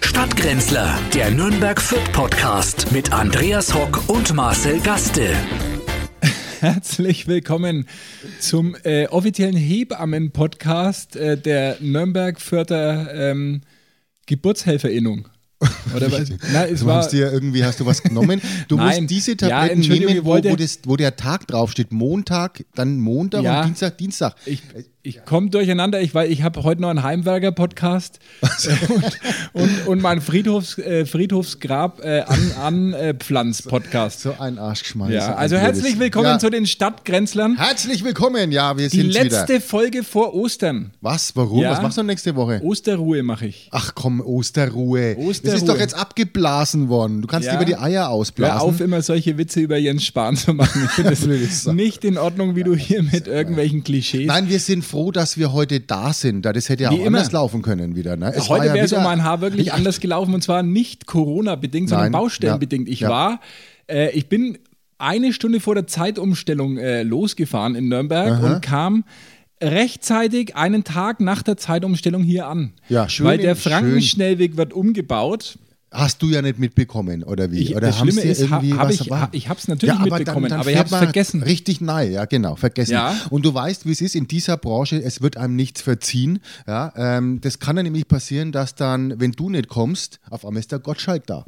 Stadtgrenzler, der Nürnberg Fit Podcast mit Andreas Hock und Marcel Gaste. Herzlich willkommen zum äh, offiziellen Hebammen-Podcast äh, der Nürnberg-Fürther ähm, Geburtshelferinnung. Oder was? Nein, es Du war, hast Also dir irgendwie hast du was genommen. Du Nein. musst diese Ja, Tabletten Entschuldigung, nehmen, ich wo, wollte- wo, das, wo der Tag draufsteht. Montag, dann Montag Ja. und Dienstag, Dienstag. ich ich komme durcheinander, ich, weil ich habe heute noch einen Heimwerker-Podcast und, und, und meinen Friedhofs, äh, Friedhofsgrab äh, an, an äh, Pflanz-Podcast. So ein Arschgeschmeiß. Ja, also herzlich willkommen zu den Stadtgrenzlern. Herzlich willkommen, ja, wir Die sind letzte wieder. Folge vor Ostern. Was? Warum? Ja. Was machst du nächste Woche? Osterruhe mache ich. Ach komm, Osterruhe. Osterruhe. Das ist doch jetzt abgeblasen worden. Du kannst Ja. lieber die Eier Hör auf, ausblasen. immer solche Witze über Jens Spahn zu machen. Ich finde Blöde es Sache. nicht in Ordnung, wie du hier mit irgendwelchen Klischees. Nein, wir sind froh, dass wir heute da sind. Da Das hätte ja Wie auch immer. anders laufen können wieder. Ne? Es war Heute ja wäre es um wieder- mein Haar wirklich Ja, anders gelaufen und zwar nicht Corona-bedingt, sondern Nein, baustellenbedingt. ja, Ich ja. war, äh, ich bin eine Stunde vor der Zeitumstellung äh, losgefahren in Nürnberg und kam rechtzeitig einen Tag nach der Zeitumstellung hier an. Ja, schön Weil in- der schön. Frankenschnellweg wird umgebaut. Hast du ja nicht mitbekommen, oder wie? Ich- oder das haben's Schlimme dir ist, ha- irgendwie hab was ich- war? ha- ich hab's natürlich mitbekommen, aber ich fährt hab's man vergessen. Richtig nein, ja, genau, vergessen. Ja. Und du weißt, wie es ist in dieser Branche, es wird einem nichts verziehen. Ja, ähm, das kann ja nämlich passieren, dass dann, wenn du nicht kommst, auf einmal ist der Gottschalk da.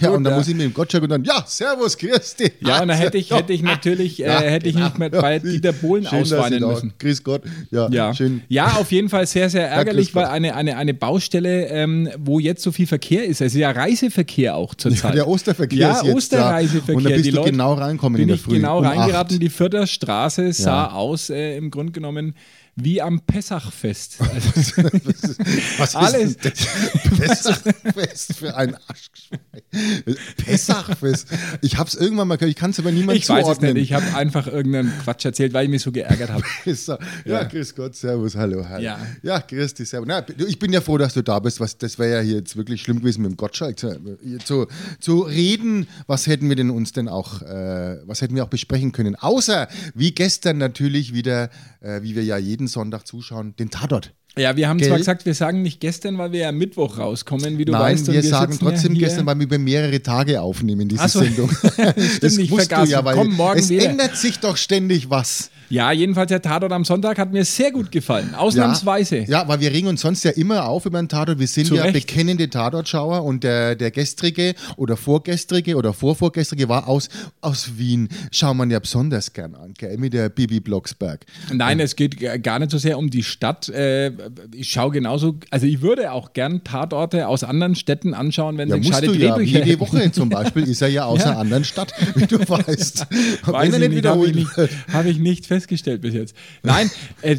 Ja, und dann ja. muss ich mit dem Gottschalk und dann, ja, servus, grüß dich. Ja, und da hätte ich, hätte ich natürlich, äh, Ah, Ja, hätte ich genau. nicht mehr bei Ja, Dieter Bohlen schön, dass ausweinen Sie da- müssen. Grüß Gott, ja, Ja. schön. ja, auf jeden Fall sehr, sehr ärgerlich, grüß Gott. weil eine, eine, eine Baustelle, ähm, wo jetzt so viel Verkehr ist, also ja Reiseverkehr auch zurzeit. Der Osterverkehr ja, ist jetzt Osterreiseverkehr. da. Und da bist die du Leute, genau reinkommen bin in der ich Früh, genau um reingeraten. acht. Die Vierter Straße sah aus äh, im Grunde genommen wie am Pessachfest. Also, Was Alles. ist denn das? Pessachfest für ein Arschgeschwein. Pessachfest. Ich hab's irgendwann mal gehört, ich kann es aber niemandem ich weiß es zuordnen. nicht, ich habe einfach irgendeinen Quatsch erzählt, weil ich mich so geärgert habe. Pessa- ja, Ja. grüß Gott, servus, hallo, hallo. Ja. grüß dich, servus. Na, ich bin ja froh, dass du da bist. Was, das wäre ja hier jetzt wirklich schlimm gewesen, mit dem Gottschalk zu, zu, zu reden. Was hätten wir denn uns denn auch, äh, was hätten wir auch besprechen können? Außer, wie gestern natürlich wieder, äh, wie wir ja jeden Sonntag zuschauen, den Tatort. Ja, wir haben zwar Gell? gesagt, wir sagen nicht gestern, weil wir ja Mittwoch rauskommen, wie du Nein, weißt. und wir sagen sitzen ja trotzdem hier- gestern, weil wir über mehrere Tage aufnehmen, diese Ach so. Sendung. das ich musst du vergaß. ja, weil Komm, morgen es wieder. ändert sich doch ständig was. Ja, jedenfalls der Tatort am Sonntag hat mir sehr gut gefallen. Ausnahmsweise. Ja, weil wir regen uns sonst ja immer auf über den Tatort. Wir sind Zu ja Recht. bekennende Tatortschauer und der, der gestrige oder vorgestrige oder vorvorgestrige war aus, aus Wien. Schaut man ja besonders gern an, gell? mit der Bibi Blocksberg. Nein, es geht g- gar nicht so sehr um die Stadt. Äh, Ich schaue genauso, also ich würde auch gern Tatorte aus anderen Städten anschauen, wenn Ja, sie musst gescheite du ja. Drehbücher Jede hätten. Woche zum Beispiel ist er ja aus einer anderen Stadt, wie du weißt. Und Weiß ich nicht, habe wiederholt ich, nicht- wird. hab ich nicht festgestellt bis jetzt. Nein, äh,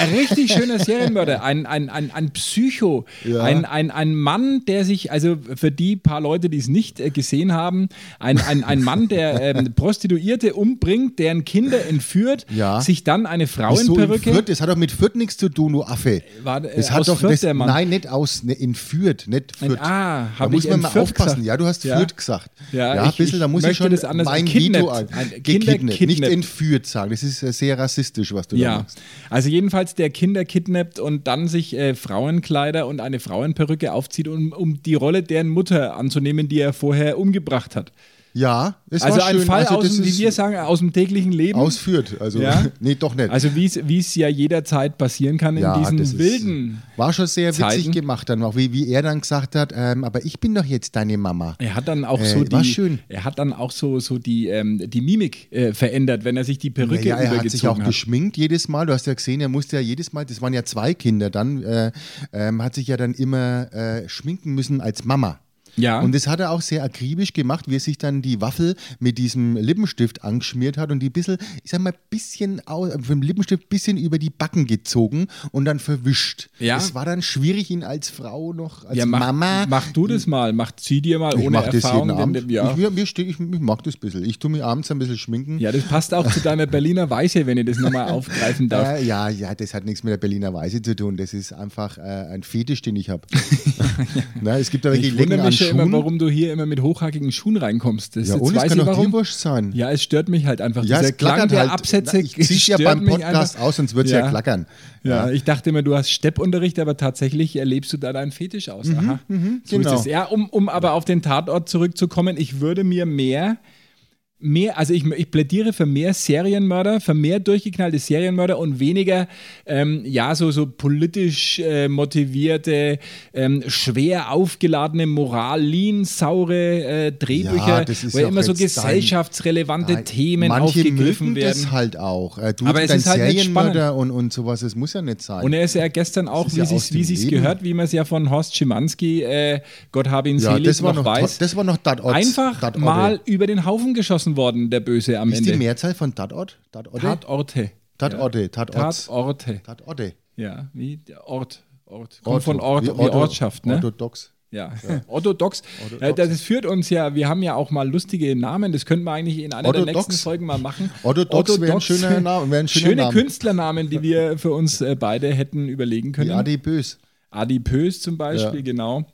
ein richtig schöner Serienmörder, ein, ein, ein, ein Psycho, Ja. ein, ein, ein Mann, der sich, also für die paar Leute, die es nicht äh, gesehen haben, ein, ein, ein Mann, der ähm, Prostituierte umbringt, deren Kinder entführt, Ja. sich dann eine Frau in Wieso in Perücke. Fürth? Das hat doch mit Fürth nichts zu tun, du Affe. War, äh, das hat aus doch Fürth das, der Mann? Nein, nicht aus ne, in Fürth, nicht Fürth. ah, da hab muss ich man in mal Fürth aufpassen. gesagt? Ja, du hast Ja. Fürth gesagt. Ja, ja ich- bisschen, da ich muss ich möchte schon das anders- mein gekidnappt. Veto ein. Ein- Gekidnappt, nicht Kinderkidnappt. entführt sagen. Das ist äh, sehr rassistisch, was du da Ja, machst. also jedenfalls der Kinder kidnappt und dann sich äh, Frauenkleider und eine Frauenperücke aufzieht, um, um die Rolle deren Mutter anzunehmen, die er vorher umgebracht hat. Ja, es also war ein schön. Fall also, das aus, wie ist wir sagen, aus dem täglichen Leben. aus Fürth. Also, Ja. nee, doch nicht. also wie es wie es ja jederzeit passieren kann in ja, diesen das ist, wilden. War schon sehr witzig Zeiten. gemacht dann auch, wie, wie er dann gesagt hat, ähm, aber ich bin doch jetzt deine Mama. Er hat dann auch Äh, so die, war schön. er hat dann auch so, so die, ähm, die Mimik äh, verändert, wenn er sich die Perücke Naja, er hat sich auch übergezogen hat. geschminkt jedes Mal. Du hast ja gesehen, er musste ja jedes Mal, das waren ja zwei Kinder dann, äh, ähm, hat sich ja dann immer äh, schminken müssen als Mama. Ja. Und das hat er auch sehr akribisch gemacht, wie er sich dann die Waffel mit diesem Lippenstift angeschmiert hat und die bisschen, ich sag mal, bisschen aus, mit dem Lippenstift bisschen über die Backen gezogen und dann verwischt. Ja. Es war dann schwierig, ihn als Frau noch, als ja, mach, Mama. mach du das mal, mach, zieh dir mal ich ohne mach das Erfahrung jeden Abend. den- ja. Ich, mir- mir steh- ich, ich mag das ein bisschen. Ich tue mir abends ein bisschen schminken. Ja, das passt auch zu deiner Berliner Weiche, wenn ich das nochmal aufgreifen darf. Äh, ja, ja, das hat nichts mit der Berliner Weise zu tun. Das ist einfach äh, ein Fetisch, den ich habe. Na, es gibt aber Ich wundere Gelegenheiten mich ja Schuhen? immer, warum du hier immer mit hochhackigen Schuhen reinkommst. Das Ja, jetzt und es weiß kann ich doch dir warum. wurscht sein. Ja, es stört mich halt einfach. Ja, Dieser es klackert Klang der halt. Absätze Ich zieh's ja stört beim mich Podcast einfach. aus, sonst wird's ja klackern. Ja. Ja. ich dachte immer, du hast Steppunterricht, aber tatsächlich erlebst du da deinen Fetisch aus. Aha. so genau. ist es. Ja, um, um aber auf den Tatort zurückzukommen, ich würde mir mehr, mehr, also ich, ich plädiere für mehr Serienmörder, für mehr durchgeknallte Serienmörder und weniger, ähm, ja, so, so politisch äh, motivierte, ähm, schwer aufgeladene, moralin-saure äh, Drehbücher, Ja, das ist wo ja auch immer so jetzt dein- gesellschaftsrelevante Nein, Themen Manche mögen aufgegriffen werden. das halt auch. Äh, Du Aber es dein ist halt nicht Serienmörder und, und sowas, es muss ja nicht sein. Und er ist ja gestern auch, ist wie ja aus sich's, dem wie sich's Leben. gehört, wie man es ja von Horst Schimanski, äh, Gott habe ihn ja, selig, das war noch noch, weiß, das war noch Tatort. einfach Tatorte. mal über den Haufen geschossen worden, der Böse am Ist die Ende. Mehrzahl von Tatort? Tatorte? Tatorte. Tatorte, Tatorts. Tatorte. Tatorte. Ja, wie der Ort. Ort. Kommt Ortho- von Ort, wie Ortho- Ortschaft, ne? Orthodox. ja. Orthodox. Äh, Das führt uns ja, wir haben ja auch mal lustige Namen, das könnten wir eigentlich in einer der Orthodox. nächsten Folgen mal machen. Orthodox wäre ein Orthodox. schöner Name- wäre ein schöner Schöne Name. Künstlernamen, die wir für uns äh, beide hätten überlegen können. Die AD Bös. Adipös zum Beispiel, Ja. genau.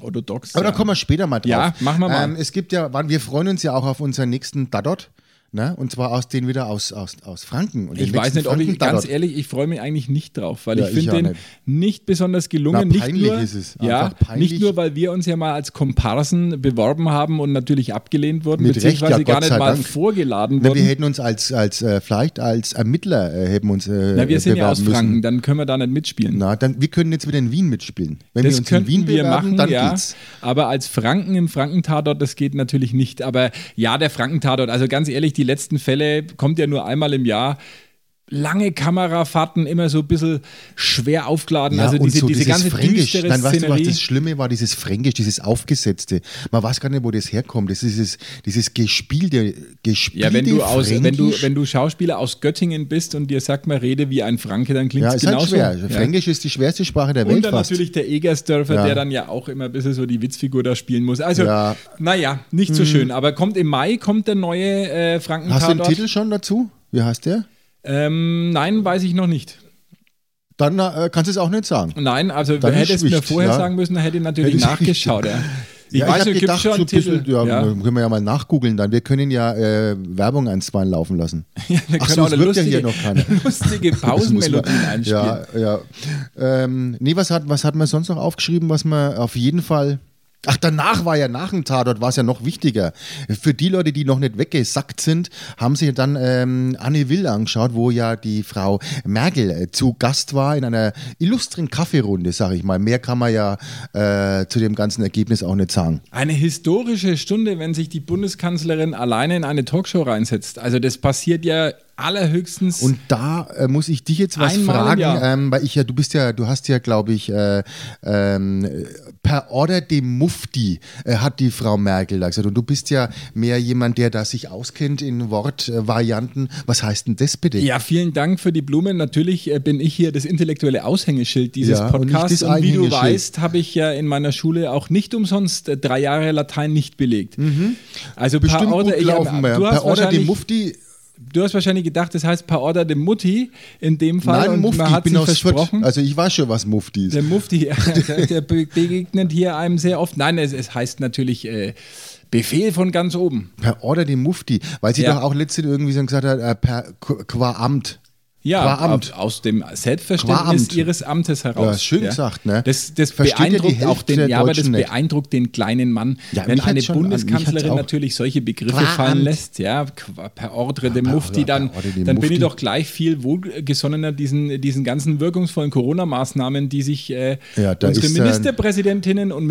Orthodox. Aber ja. da kommen wir später mal drauf. Ja, machen wir mal. Ähm, es gibt ja, wann- wir freuen uns ja auch auf unseren nächsten Dadot. Ne? Und zwar aus den wieder aus, aus, aus Franken. Und ich den weiß nächsten nicht, ob ich, ganz Franken-Dadot. ehrlich, ich freue mich eigentlich nicht drauf, weil Ja, ich ich finde auch den nicht. nicht. besonders gelungen. Na, nicht peinlich nur, ist es. Ja, Einfach peinlich. nicht nur, weil wir uns ja mal als Komparsen beworben haben und natürlich abgelehnt wurden, Mit Recht, beziehungsweise ja, gar Gott nicht sei mal Dank. vorgeladen Na, Ne, wir wurden. hätten uns als, als äh, vielleicht als Ermittler äh, hätten uns äh, Na, wir sind ja bewerben aus Franken, müssen. dann können wir da nicht mitspielen. Na, dann, wir können jetzt wieder in Wien mitspielen. Wenn wir das uns in könnten Wien wir bewerben, machen, dann ja. geht's. Aber als Franken im Frankentatort, das geht natürlich nicht. Aber ja, der Frankentatort, also ganz ehrlich, die letzten Fälle kommt ja nur einmal im Jahr. Lange Kamerafahrten, immer so ein bisschen schwer aufgeladen. Ja, also und diese, so diese dieses ganze Fränkisch. düstere Dann weißt du, was Szenerie. das Schlimme war, dieses Fränkisch, dieses Aufgesetzte. Man weiß gar nicht, wo das herkommt. Das ist dieses, dieses gespielte, gespielte ja, wenn du, aus, wenn, du, Fränkisch. wenn du Schauspieler aus Göttingen bist und dir sagt man, rede wie ein Franke, dann klingt ja, es ist halt genauso. schwer. Ja. Fränkisch ist die schwerste Sprache der Und Welt dann fast. natürlich der Egersdörfer, Ja. der dann ja auch immer ein bisschen so die Witzfigur da spielen muss. Also, Ja. Hm. naja, nicht so schön. Aber kommt im Mai kommt der neue äh, franken Hast du den Titel schon dazu? Wie heißt der? Ähm, nein, weiß ich noch nicht. Dann äh, kannst du es auch nicht sagen. Nein, also Dann hätte es ist mir schlicht, vorher ja. sagen müssen, dann hätte ich natürlich Hätte ich- nachgeschaut. Ja. Ich Ja, weiß, hab es gibt schon so einen ein bisschen, Titel. ja, äh, ne. ja. Können wir ja mal nachgoogeln dann. Wir können ja äh, Werbung ein, zwei laufen lassen. Ja, da Ach können so, auch es eine wirkt ja lustige- hier noch keiner. Lustige Das muss man- Pausenmelodien einspielen. Ja, ja. Ähm, nee, was hat, was hat man sonst noch aufgeschrieben, was man auf jeden Fall. Ach, danach war ja nach dem Tatort, war es ja noch wichtiger. Für die Leute, die noch nicht weggesackt sind, haben sich dann ähm, Anne Will angeschaut, wo ja die Frau Merkel äh, zu Gast war in einer illustren Kaffeerunde, sag ich mal. Mehr kann man ja äh, zu dem ganzen Ergebnis auch nicht sagen. Eine historische Stunde, wenn sich die Bundeskanzlerin alleine in eine Talkshow reinsetzt. Also das passiert ja allerhöchstens. Und da äh, muss ich dich jetzt was Einmal im fragen, Jahr. ähm, weil ich ja, du bist ja, du hast ja, glaube ich, äh, ähm, äh, per Order dem Mufti äh, hat die Frau Merkel da gesagt. Und du bist ja mehr jemand, der da sich auskennt in Wortvarianten. Was heißt denn das bitte? ja, vielen Dank für die Blumen. Natürlich äh, bin ich hier das intellektuelle Aushängeschild dieses Ja, und nicht Podcasts. das Und, wie du Einhängeschild. weißt, habe ich ja in meiner Schule auch nicht umsonst äh, drei Jahre Latein nicht belegt. Also Mhm. Bestimmt per Order, gut laufen wir. du, hast Per Order dem wahrscheinlich- Mufti. du hast wahrscheinlich gedacht, das heißt per Order de Mutti in dem Fall. Nein, und Mufti, man ich hat bin sich aus Fürth. versprochen. Also ich weiß schon, was Mufti ist. Der Mufti, der, der begegnet hier einem sehr oft. Nein, es, es heißt natürlich äh, Befehl von ganz oben. Per Order dem Mufti. Weil sie Ja. doch auch letztens irgendwie so gesagt hat, äh, per, qu- qua Amt. Ja, Qua Amt. au- aus dem Selbstverständnis Qua Amt. ihres Amtes heraus. Ja, schön gesagt, ne? Das, das Versteht ja die beeindruckt Hälfte auch den, der ja, aber das Deutschen nicht. beeindruckt den kleinen Mann, Ja, wenn mich eine hat's schon- mich Bundeskanzlerin hat's auch. natürlich solche Begriffe Qua fallen Amt. lässt. Ja, qua- per Ordre de per Mufti, Ordre- per dann, Ordre de dann bin Mufti. ich doch gleich viel wohlgesonnener diesen, diesen ganzen wirkungsvollen Corona-Maßnahmen, die sich äh, Ja, da unsere ist er- Ministerpräsidentinnen und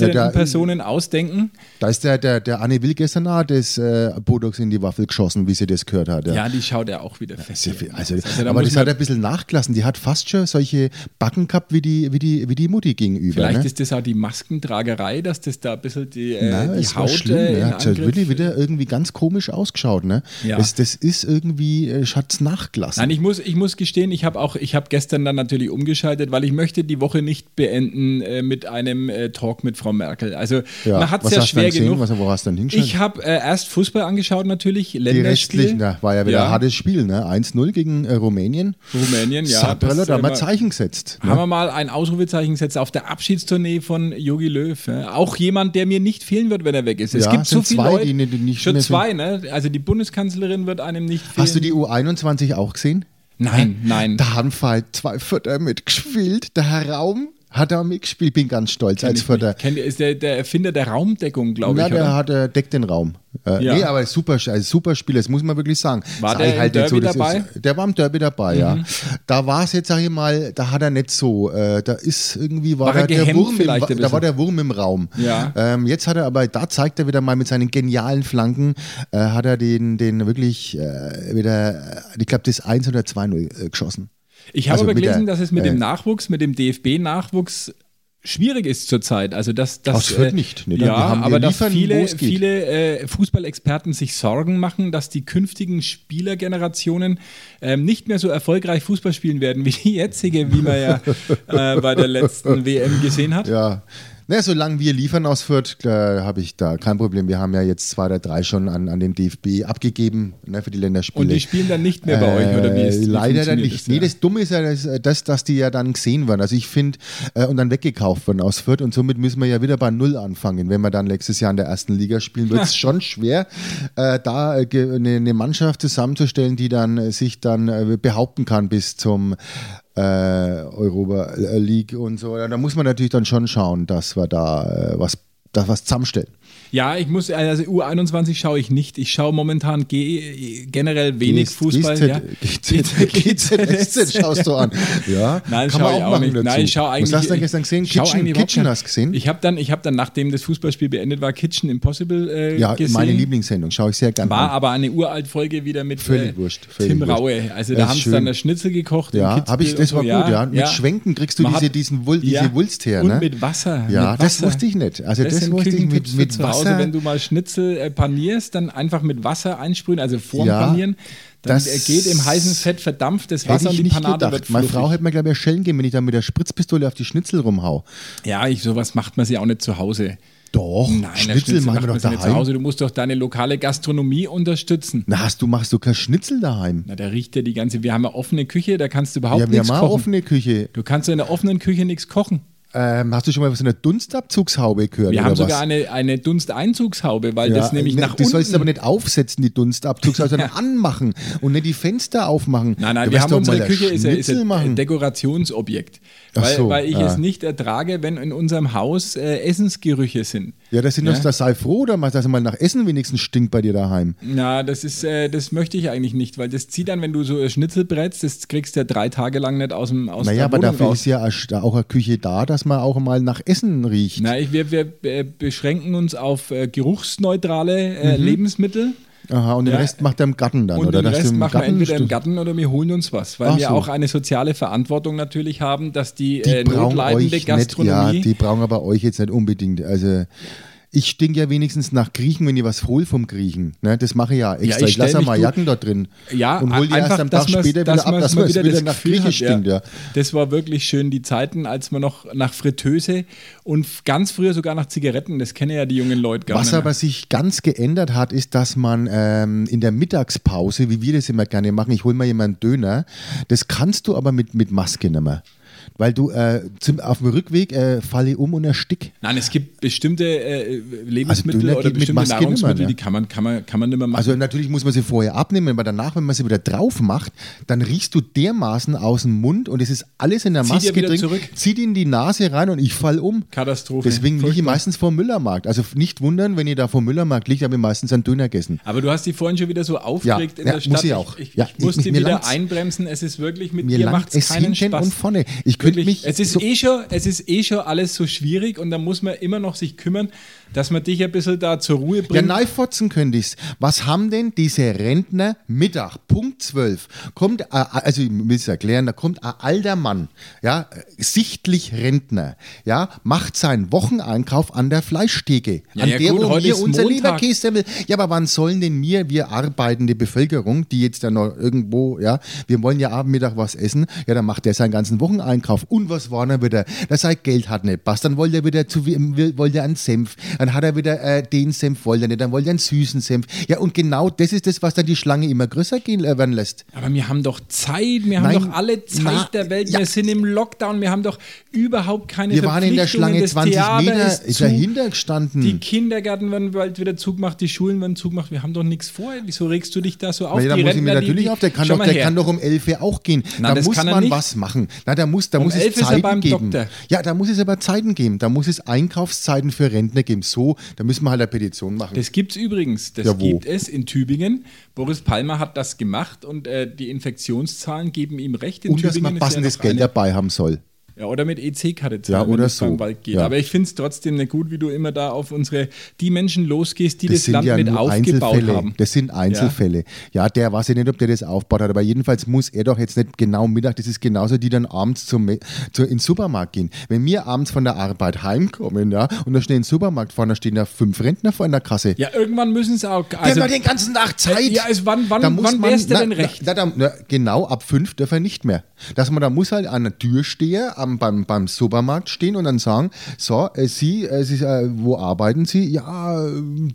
Ministerpräsidentenpersonen ausdenken. Da ist der, der, der Anne Will gestern auch das äh, Botox in die Waffel geschossen, wie sie das gehört hat. Ja, die schaut er auch wieder fest. Sehr viel, also, da aber muss das man- hat ein bisschen nachgelassen. Die hat fast schon solche Backen gehabt, wie die, wie die, wie die Mutti gegenüber. Vielleicht ne? ist das auch die Maskentragerei, dass das da ein bisschen die, äh, Ja, die es war Haut schlimm. äh, in ja, hat halt Angriff. wirklich wieder irgendwie ganz komisch ausgeschaut. Ne? Ja. Das, das ist irgendwie, äh, hat's nachgelassen. Nein, ich muss, ich muss gestehen, ich habe auch, ich habe gestern dann natürlich umgeschaltet, weil ich möchte die Woche nicht beenden äh, mit einem äh, Talk mit Frau Merkel. Also man hat es was ja hast du schwer denn gesehen? genug. Was, wo hast du denn hingeschaut? ich habe äh, erst Fußball angeschaut natürlich, die Länderspiel. restlichen, da war ja wieder ein hartes Spiel, ne? 1-0 gegen äh, Rumänien. Rumänien, ja. Sabrella, das da haben wir immer- Zeichen gesetzt. Haben wir mal ein Ausrufezeichen gesetzt auf der Abschiedstournee von Jogi Löw. Ja? Auch jemand, der mir nicht fehlen wird, wenn er weg ist. Es Ja, gibt so sind viele zwei, Leute. die nicht- die nicht schon mehr zwei, ne? Also die Bundeskanzlerin wird einem nicht fehlen. Hast du die U21 auch gesehen? Nein, nein. Da haben halt zwei Vierter mitgespielt. Der Herr Raum hat da mitgespielt. Bin ganz stolz als Vierter. Kennt ihr, ist der, der Erfinder der Raumdeckung, glaube Na, ich. Oder? der hat, äh, deckt den Raum. Äh, Ja. Nee, aber ist super, also super Spieler, das muss man wirklich sagen. War Sag der ich halt im jetzt Derby das dabei? Mhm. Ist, der war im Derby dabei, ja. Da war es jetzt, sag ich mal, da hat er nicht so, äh, da ist irgendwie, war, War er da, der gehemmt Wurm im, vielleicht ein da war bisschen? der Wurm im Raum. Ja. Ähm, jetzt hat er aber, da zeigt er wieder mal mit seinen genialen Flanken, äh, hat er den, den wirklich äh, wieder, ich glaube, das 1 oder 2-0 äh, geschossen. Ich habe Also aber mit gelesen, der- dass es mit dem äh, Nachwuchs, mit dem DFB-nachwuchs schwierig ist zurzeit. Also das, das, Aus Fürth nicht, ne? Ja, Wir haben- wir aber dass liefern, wo viele, es geht. viele äh, Fußballexperten sich Sorgen machen, dass die künftigen Spielergenerationen ähm, nicht mehr so erfolgreich Fußball spielen werden wie die jetzige, wie man ja äh, bei der letzten WM gesehen hat. Ja. Na, solange wir liefern aus Fürth, äh, habe ich da kein Problem. Wir haben ja jetzt zwei oder drei schon an, an den DFB abgegeben ne, für die Länderspiele. Und die spielen dann nicht mehr bei euch, oder wie ist Äh, wie leider dann funktioniert nicht. das? nee, Ja. das Dumme ist ja, dass, äh, dass, dass die ja dann gesehen werden. Also ich finde, äh, und dann weggekauft werden aus Fürth. Und somit müssen wir ja wieder bei Null anfangen. Wenn wir dann nächstes Jahr in der ersten Liga spielen, wird es schon schwer, äh, da äh, ge- eine eine Mannschaft zusammenzustellen, die dann äh, sich dann äh, behaupten kann bis zum äh, Europa äh, League und so. Da muss man natürlich dann schon schauen, dass wir da äh, was, da was zusammenstellen. Ja, ich muss, also U21 schaue ich nicht. Ich schaue momentan ge generell wenig GZ, Fußball. ja. GZ, GZSZ schaust du an. Ja, Nein, kann schau man ich auch auch machen nicht. dazu. Nein, ich schaue eigentlich. eh- Was hast du denn gestern gesehen? ich schau Kitchen, eigentlich überhaupt Kitchen kein- hast du gesehen? Ich habe dann, ich hab dann, nachdem das Fußballspiel beendet war, Kitchen Impossible äh, ja, gesehen. meine Lieblingssendung, schaue ich sehr gerne War an. aber eine uralt Folge wieder mit äh, Völlig wurscht, völlig Tim wurscht. Raue. Also Das da ist haben sie schön. dann das Schnitzel gekocht. im Ja, Kitzbühel hab ich, das war und gut, so. ja. Mit Schwenken kriegst du Man diese, hat- diesen Wul ja. diese Wulst her, Und ne? mit Wasser. Ja, mit das Wasser. wusste ich nicht. Also das sind wusste ich mit- Küchentipps für mit zu Hause, Wasser. wenn du mal Schnitzel äh, panierst, dann einfach mit Wasser einsprühen, also vorm Ja, Panieren. Dann das äh, geht im heißen Fett verdampft das Wasser Hätte ich und die nicht Panade wird gedacht. Meine fluffig. Frau hätte mir, glaube ich, Schellen geben, wenn ich da mit der Spritzpistole auf die Schnitzel rumhau. Ja, ich, sowas macht man sich auch nicht zu Hause. Doch, Nein, Schnitzel, Schnitzel machen macht wir man doch sich nicht zu daheim. Hause. Du musst doch deine lokale Gastronomie unterstützen. Na, hast du, machst du kein Schnitzel daheim? Na, da riecht ja die ganze. Wir haben ja offene Küche, da kannst du überhaupt Ja, wir nichts haben auch kochen. offene Küche. Du kannst ja in der offenen Küche nichts kochen. Ähm, hast du schon mal was von der Dunstabzugshaube gehört? Wir oder haben sogar was? eine, eine Dunsteinzugshaube, weil das nämlich ne, nach Du unten. sollst aber nicht aufsetzen, die Dunstabzugshaube, sondern anmachen und nicht die Fenster aufmachen. Nein, nein, Du wir wirst haben doch unsere mal Küche ist, ja- ist Schnitzel ja ein machen. Dekorationsobjekt. Ach Weil, so, weil ich ja. es nicht ertrage, wenn in unserem Haus äh, Essensgerüche sind. Ja, das sind Ja. uns, das sei froh, oder mal, dass mal nach Essen wenigstens stinkt bei dir daheim. Na, das ist, äh, das möchte ich eigentlich nicht, weil das zieht dann, wenn du so ein Schnitzel brätst, das kriegst du ja drei Tage lang nicht aus dem aus Naja, der aber Wohnung dafür raus. ist ja erst- auch eine Küche da, dass man auch mal nach Essen riecht. Na, ich, wir, wir äh, beschränken uns auf äh, geruchsneutrale äh, Lebensmittel Aha, und den Ja. Rest macht er im Garten Mhm. dann, und oder? den Dass du Rest machen wir entweder im Garten- Garten oder wir holen uns was, weil Ach wir so. auch eine soziale Verantwortung natürlich haben, dass die, Die äh, brauchen euch notleidende nicht, ja, Gastronomie. die brauchen aber euch jetzt nicht unbedingt. Also ich stinke ja wenigstens nach Griechen, wenn ihr was hol vom Griechen. Ne, das mache ich ja extra. ich ich stell lasse ja mich mal du- Jacken dort drin. Ja, und hol die einfach, erst am Tag dass man's- später dass wieder ab, man's dass mal man es wieder das nach Gefühl Griechen hat, stinkt. Ja. Das war wirklich schön, die Zeiten, als man noch nach Fritteuse und f- ganz früher sogar nach Zigaretten, das kennen ja die jungen Leute gar Was nicht. mehr. aber sich ganz geändert hat, ist, dass man ähm, in der Mittagspause, wie wir das immer gerne machen, ich hole mal jemanden Döner, das kannst du aber mit, mit Maske nicht mehr. Weil du äh, zum, auf dem Rückweg äh, falle ich um und erstick. Nein, es gibt bestimmte äh, Lebensmittel Also Döner geht oder mit bestimmte Maske nimmer, Nahrungsmittel, ne? die kann man, kann man, kann man nicht mehr machen. Also natürlich muss man sie vorher abnehmen, aber danach, wenn man sie wieder drauf macht, dann riechst du dermaßen aus dem Mund und es ist alles in der Zieht ihr Maske wieder drin, zurück? zieht in die Nase rein und ich fall um. Katastrophe. Deswegen liege ich Furchtbar. meistens vor dem Müllermarkt. Also nicht wundern, wenn ihr da vor dem Müllermarkt liegt, habe ich meistens einen Döner gegessen. aber du hast die vorhin schon wieder so aufgeregt Ja, in ja, der Stadt. muss ich auch. Ich, ich, Ja, ich muss ich- die mir wieder langt's. einbremsen. Es ist wirklich mit Mir dir langt macht es keinen hinten Spaß. und vorne. Ich könnte Wirklich, mich es, ist so eh schon, es ist eh schon alles so schwierig und da muss man immer noch sich kümmern, dass man dich ein bisschen da zur Ruhe Ja, bringt. nein, fotzen könnte ich's. Was haben denn diese Rentner Mittag? Punkt 12. Kommt, äh, also ich will es erklären, da kommt ein alter Mann, ja, äh, sichtlich Rentner, ja, macht seinen Wocheneinkauf an der Fleischtheke. Ja, an ja, der, gut, wo heute wir ist unser Montag. Leberkässemmel. Ja, aber wann sollen denn wir, wir arbeitende Bevölkerung, die jetzt dann noch irgendwo, ja, wir wollen ja abend Mittag was essen, ja, dann macht der seinen ganzen Wocheneinkauf. Und was war denn wieder? Das sagt, Geld hat nicht passt. Dann wollte er wieder zu, wollte er einen Senf. Dann hat er wieder äh, den Senf, wollte er nicht, dann wollte er einen süßen Senf. Ja, und genau das ist das, was dann die Schlange immer größer gehen äh, werden lässt. Aber wir haben doch Zeit, wir Nein, haben doch alle Zeit na, der Welt, ja. wir sind im Lockdown, wir haben doch überhaupt keine Wir waren in der Verpflichtungen, Schlange das 20 Theater Meter, ist ist zu, dahinter gestanden. Die Kindergärten werden bald wieder zugemacht, die Schulen werden zugemacht, wir haben doch nichts vor. Wieso regst du dich da so auf? Ja, da die muss ich mir Rentner, die- natürlich die- auf, der kann, Schau doch, mal der her. kann doch um 11 Uhr auch gehen. Na, da das muss kann er man nicht. was machen. Na, da muss, da muss es 11 ist er Zeiten beim geben. Doktor. Ja, da muss es aber Zeiten geben. Da muss es Einkaufszeiten für Rentner geben. So, da müssen wir halt eine Petition machen. Das gibt's übrigens. Das Ja, wo? gibt es in Tübingen. Boris Palmer hat das gemacht und äh, die Infektionszahlen geben ihm recht. In und dass Tübingen man ist ja passendes noch Geld eine- dabei haben soll. Ja, oder mit E EC-Karte Ja, zahlen, wenn oder es beim so. Wald geht. Ja. Aber ich finde es trotzdem nicht gut, wie du immer da auf unsere, die Menschen losgehst, die Das das, sind Land ja mit nur aufgebaut Einzelfälle. haben. Das sind Einzelfälle. Ja. der weiß ja nicht, ob der das aufgebaut hat, aber jedenfalls muss er doch jetzt nicht genau Mittag, das ist genauso, die dann abends zum, Me- zu, in den Supermarkt gehen. Wenn wir abends von der Arbeit heimkommen ja, und da stehen in den Supermarkt fahren, da stehen da fünf Rentner vor einer Kasse. ja, irgendwann müssen es auch. Also, Also, der den ganzen Tag Zeit. Ja, also wann- wann- Da muss wann man- wär's dir na, denn na, recht? Na, da, na, genau, ab fünf darf er nicht mehr. Dass man da muss halt an der Tür stehen, am, beim, beim Supermarkt stehen und dann sagen, so, äh, Sie, äh, Sie äh, wo arbeiten Sie? Ja, äh,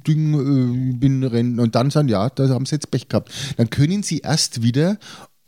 Ding, äh, bin Rentner. Und dann sagen, ja, da haben Sie jetzt Pech gehabt. Dann können Sie erst wieder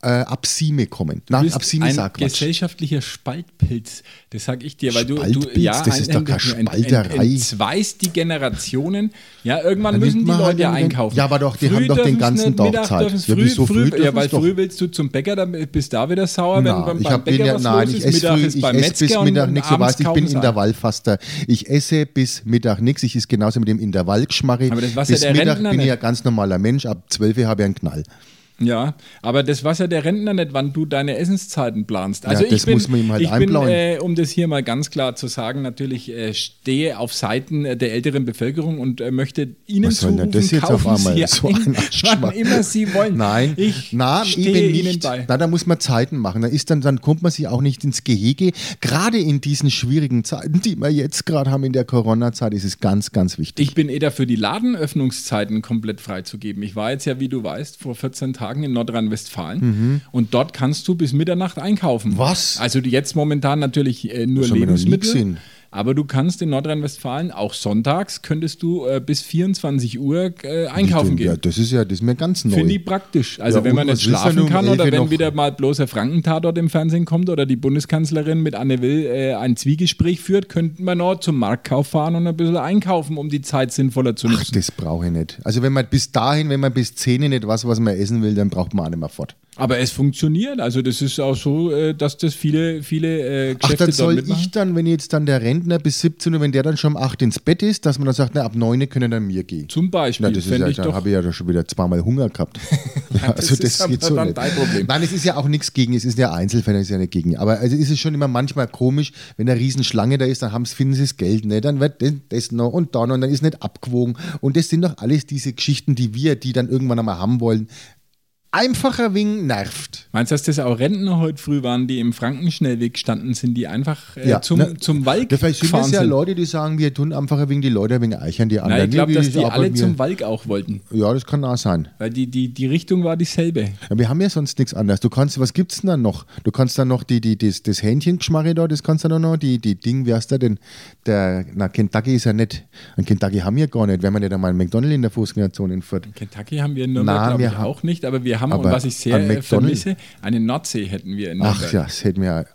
äh, ab Sieme kommen. Nach Du bist ab Sieme ein sagt man. gesellschaftlicher Spaltpilz, das sag ich dir, weil du, du Spaltpilz? Das ist doch keine Spalterei. Zweißt die Generationen. Ja, irgendwann Dann müssen nimmt die man Leute halt den- einkaufen. Ja, aber doch, die haben doch den dürfen's ganzen nicht, Tag Mittag Zeit. dürfen's Ja, früh, wieso früh früh, ja, dürfen's weil doch? früh willst du zum Bäcker, dann bist da wieder sauer, wenn Na, beim, ich beim hab, bin Bäcker ja, was nein, los ich ist. esse Mittag früh, ist ich beim esse bis Metzger Mittag und nichts, du abends weißt, ich kaufen bin sie Intervallfaster. Ich esse bis Mittag nichts, ich esse genauso mit dem Intervallgeschmarre. Aber das weiß ja bis der Mittag Rentner bin ich nicht. ja ganz normaler Mensch, ab 12 Uhr habe ich einen Knall. Ja, aber das weiß ja der Rentner nicht, wann du deine Essenszeiten planst. Also das ich bin, muss man ihm halt ich bin einplanen. äh, um das hier mal ganz klar zu sagen, natürlich äh, stehe auf Seiten äh, der älteren Bevölkerung und äh, möchte Ihnen Was soll denn zurufen, das jetzt auf kaufen einmal? Sie So ein, ein wann Arschgeschmack. immer Sie wollen. Nein, ich na, stehe eben Ihnen nicht. bei. Na, da muss man Zeiten machen. Da ist dann, dann kommt man sich auch nicht ins Gehege. Gerade in diesen schwierigen Zeiten, die wir jetzt gerade haben in der Corona-Zeit, ist es ganz, ganz wichtig. Ich bin eh dafür, die Ladenöffnungszeiten komplett freizugeben. Ich war jetzt ja, wie du weißt, vor 14 Tagen in Nordrhein-Westfalen und dort kannst du bis Mitternacht einkaufen. Mhm. Was? Also die- jetzt momentan natürlich äh, nur Das haben wir noch nie Lebensmittel. gesehen. Aber du kannst in Nordrhein-Westfalen auch sonntags könntest du äh, bis 24 Uhr äh, einkaufen Ja, gehen. das ist ja, das ist mir ganz neu. Finde ich praktisch. Also Ja, wenn und man was nicht willst du schlafen denn um kann elf oder Uhr wenn noch? wieder mal bloßer Frankentatort im Fernsehen kommt oder die Bundeskanzlerin mit Anne Will äh, ein Zwiegespräch führt, könnten wir noch zum Marktkauf fahren und ein bisschen einkaufen, um die Zeit sinnvoller zu Ach, nutzen. das brauche ich nicht. Also wenn man bis dahin, wenn man bis 10 Uhr nicht was, was man essen will, dann braucht man auch nicht mehr fort. Aber es funktioniert. Also das ist auch so, äh, dass das viele, viele äh, Ach, Geschäfte dann dort soll mitmachen. ich dann, wenn jetzt dann der Rentner bis 17 Uhr, wenn der dann schon um 8 ins Bett ist, dass man dann sagt, na, ab 9 Uhr können dann mir gehen. Zum Beispiel. Na, das ist Fänd ja, ich dann doch- habe ich ja schon wieder zweimal Hunger gehabt. ja, also das ist das, aber geht so dann nicht. dein Problem. Nein, es ist ja auch nichts gegen, es ist ja Einzelfälle, es ist ja nicht gegen. Aber also ist es schon immer manchmal komisch, wenn eine Riesenschlange da ist, dann haben sie, finden sie das Geld nicht, dann wird das- das noch und dann und dann ist nicht abgewogen. Und das sind doch alles diese Geschichten, die wir, die dann irgendwann einmal haben wollen, einfacher wegen nervt. Meinst du, dass das auch Rentner heute früh waren, die im Frankenschnellweg standen, sind die einfach äh, zum, ne? zum Wald Ja, Vielleicht sind gefahren es ja sind? Leute, die sagen, wir tun einfacher wegen die Leute, wegen Eichern, die anderen. Nein, ich glaube, Nee, dass ist die auch bei alle mir- zum Wald auch wollten. Ja, das kann auch sein. Weil die, die, die Richtung war dieselbe. Ja, wir haben ja sonst nichts anderes. Du kannst, was gibt's denn dann noch? Du kannst dann noch die, die, das, das Hähnchengeschmarre da, das kannst du dann noch, die, die Ding, wie heißt der denn? Der, na, Kentucky ist ja nicht. Ein Kentucky haben wir gar nicht, wenn man nicht einmal einen McDonald's in der Fußgängerzone entführt. Kentucky haben wir in Nürnberg, Nein, glaube wir ich, haben- auch nicht. Aber wir haben, und aber was ich sehr an äh, McDonald's. vermisse, eine Nordsee hätten wir in Nürnberg. Ach ja, das hätten wir ja.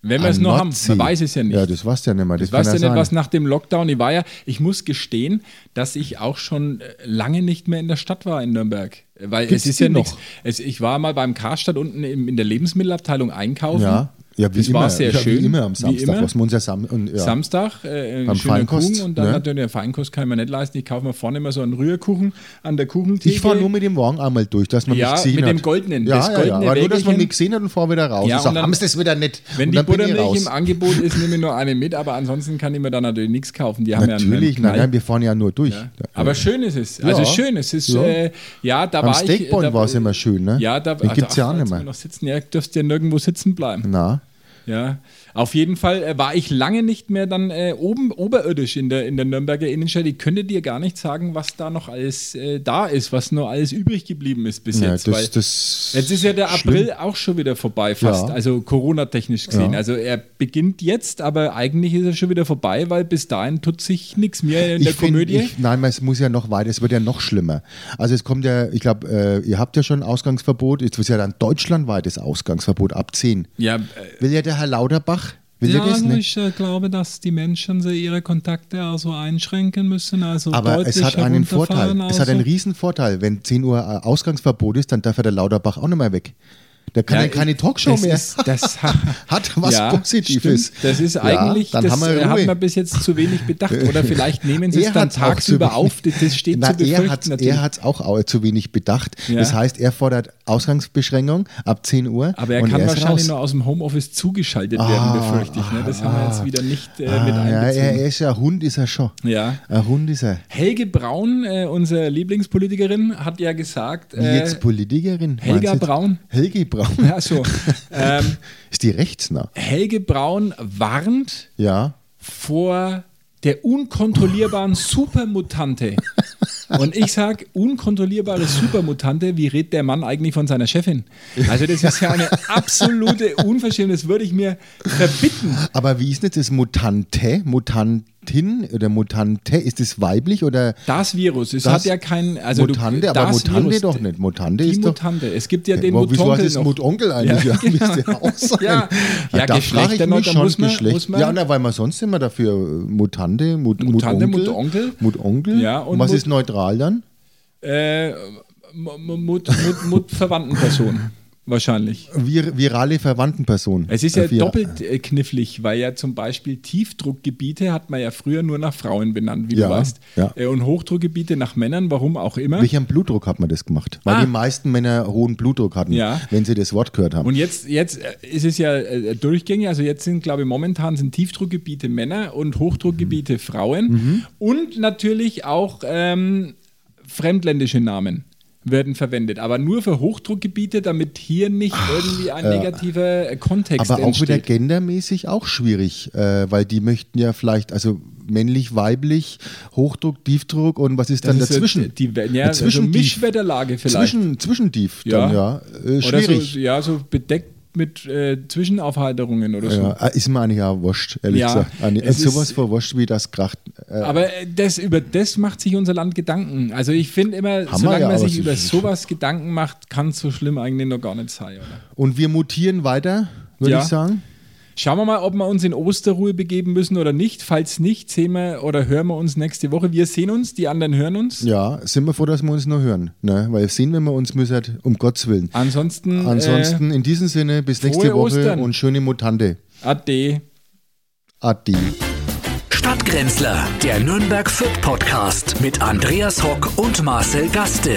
Wenn wir es An noch haben, Nordsee. man weiß es ja nicht. Ja, das weißt du ja nicht mehr. Das, Ich weiß kann ja ja nicht, sein. was nach dem Lockdown, ich war ja, ich muss gestehen, dass ich auch schon äh, lange nicht mehr in der Stadt war in Nürnberg. Äh, Weil Gibt's es ist ja die noch. noch? Es, ich war mal beim Karstadt unten im, in der Lebensmittelabteilung einkaufen. ja, ja, wie das immer. war sehr ja, schön. Wie immer am Samstag. Wie immer. Was wir uns ja sam und, ja. Samstag, äh, einen Beim schönen Feinkost, Kuchen und dann ne? natürlich, ja, Feinkost kann ich mir nicht leisten. Ich kaufe mir vorne immer so einen Rührkuchen an der Kuchentheke. Ich fahre nur mit dem Wagen einmal durch, dass man Ja, mich gesehen mit hat. dem goldenen, Ja, das ja, goldene ja. Aber nur, dass man Wägelchen. mich gesehen hat und fahre wieder raus. Ja, und und sag, dann- haben sie das wieder nicht. Wenn und die dann bin ich Buttermilch raus. im Angebot ist, nehme ich nur eine mit, aber ansonsten kann ich mir da natürlich nichts kaufen. Die haben Natürlich, ja einen- nein, einen nein, wir fahren ja nur durch. Ja. Aber schön ist es. Also Ja. schön, es ist, ja, Ja. äh, ja da Am war ich. Steakbond da- war es immer schön, ne? Ja, da Den gibt's ja auch ach, nicht jetzt mehr. sind wir Noch sitzen. Ja, dürft ja nirgendwo sitzen bleiben. Na, Ja. Auf jeden Fall äh, war ich lange nicht mehr dann äh, oben oberirdisch in der, in der Nürnberger Innenstadt. Ich könnte dir gar nicht sagen, was da noch alles äh, da ist, was nur alles übrig geblieben ist bis Ja, jetzt. das- weil das jetzt ist ja der schlimm. April auch schon wieder vorbei, fast. Ja. Also Corona-technisch gesehen. Ja. Also er beginnt jetzt, aber eigentlich ist er schon wieder vorbei, weil bis dahin tut sich nichts mehr in der ich find- Komödie. Ich, nein, es muss ja noch weiter, es wird ja noch schlimmer. Also es kommt ja, ich glaube, äh, ihr habt ja schon ein Ausgangsverbot, jetzt ist ja dann deutschlandweites Ausgangsverbot ab 10. ja, äh, Will ja der Herr Lauterbach, will ja, Ja, das also nicht? ich äh, glaube, dass die Menschen so ihre Kontakte also einschränken müssen. Also Aber deutlich es hat einen herunterfahren, Vorteil, es hat also. einen riesen Vorteil, wenn 10 Uhr äh, Ausgangsverbot ist, dann darf ja der Lauterbach auch nicht mehr weg. Da kann Ja, ja, keine ich- Talkshow das mehr. Ist, das ha- Hat was Positives. stimmt. Das ist Ja, eigentlich, dann das haben wir hat Ruhe. man bis jetzt zu wenig bedacht. Oder vielleicht nehmen sie es Er dann hat's auch tagsüber zu auf. Das das steht Na, zu befürchten er hat's, natürlich. Er hat es auch au- zu wenig bedacht. Ja. Das heißt, er fordert Ausgangsbeschränkung ab 10 Uhr. aber er und kann ist wahrscheinlich raus. nur aus dem Homeoffice zugeschaltet werden, befürchte ich. Ne? Das haben wir jetzt wieder nicht äh, mit Ah, ja, er, einbezogen. er ist ja Hund, ist er schon. Ja. Ein Hund ist er. Helge Braun, äh, unsere Lieblingspolitikerin, hat ja gesagt, Wie äh, jetzt Politikerin? Helga meinst du jetzt? Braun. Helge Braun. ja, so, ähm, Ist die rechtsnah? Helge Braun warnt Ja. vor der unkontrollierbaren Supermutante. Und ich sag, unkontrollierbare Supermutante, wie redet der Mann eigentlich von seiner Chefin? Also das ist ja eine absolute Unverschämtheit, das würde ich mir verbitten. Aber wie ist denn das Mutante? Mutantin oder Mutante? Ist das weiblich oder Das Virus, es Das- hat ja kein... Also Mutante? du, aber das Mutante Virus, doch nicht. Mutante Die ist doch. Mutante, es gibt ja den Wow, wieso heißt Mutonkel es noch. Mutonkel eigentlich? Ja, genau. Ja, müsste ja auch sein. Ja. Ja, da Geschlechter frage ich noch, mich da schon, muss man- Geschlecht. muss man- ja, na, weil man sonst immer dafür äh, Mutante, Mut, Mutante, Mutonkel. Mutonkel. Mutonkel. Ja, und und was Mut- ist neutral dann? Äh, Mut, Mut, Mut, Mut verwandten Person, wahrscheinlich. Vir virale Verwandtenperson. Es ist ja Äh, vir- doppelt äh, knifflig, weil ja zum Beispiel Tiefdruckgebiete hat man ja früher nur nach Frauen benannt, wie Ja, du weißt. ja. Äh, Und Hochdruckgebiete nach Männern, warum auch immer. Welchen Blutdruck hat man das gemacht? Weil Ah. die meisten Männer hohen Blutdruck hatten, Ja. wenn sie das Wort gehört haben. Und jetzt, jetzt äh, ist es ja äh, Durchgänge, also jetzt sind, glaube ich, momentan sind Tiefdruckgebiete Männer und Hochdruckgebiete Mhm. Frauen. Und natürlich auch ähm, fremdländische Namen werden verwendet, aber nur für Hochdruckgebiete, damit hier nicht irgendwie ein negativer äh, Kontext aber auch entsteht. wieder gendermäßig auch schwierig, äh, weil die möchten ja vielleicht, also männlich, weiblich, Hochdruck, Tiefdruck und was ist dann Das ist dazwischen? Ja, die, ja, also Zwischendief. Mischwetterlage vielleicht. Zwischen, Zwischentief, Ja. dann ja. Äh, Oder so, schwierig. ja, so bedeckt mit äh, Zwischenaufheiterungen oder so. ja, äh, ist mir eigentlich auch wurscht, ehrlich Ja, gesagt. Eigentlich, es äh, sowas ist- vor wurscht wie das kracht. Äh, Aber äh, das, über das macht sich unser Land Gedanken. Also ich finde immer, Hammer, solange ja, man aber sich es über ist- sowas Gedanken macht, kann es so schlimm eigentlich noch gar nicht sein. Oder? und wir mutieren weiter, würde Ja. ich sagen. Schauen wir mal, ob wir uns in Osterruhe begeben müssen oder nicht. Falls nicht, sehen wir oder hören wir uns nächste Woche. Wir sehen uns, die anderen hören uns. Ja, sind wir froh, dass wir uns noch hören. Ne? Weil sehen, wenn wir uns müssen, um Gottes Willen. Ansonsten, äh, Ansonsten in diesem Sinne, bis nächste frohe Woche Ostern. und schöne Mutante. ade. Adi. Stadtgrenzler, der Nürnberg Fürth Podcast mit Andreas Hock und Marcel Gaste.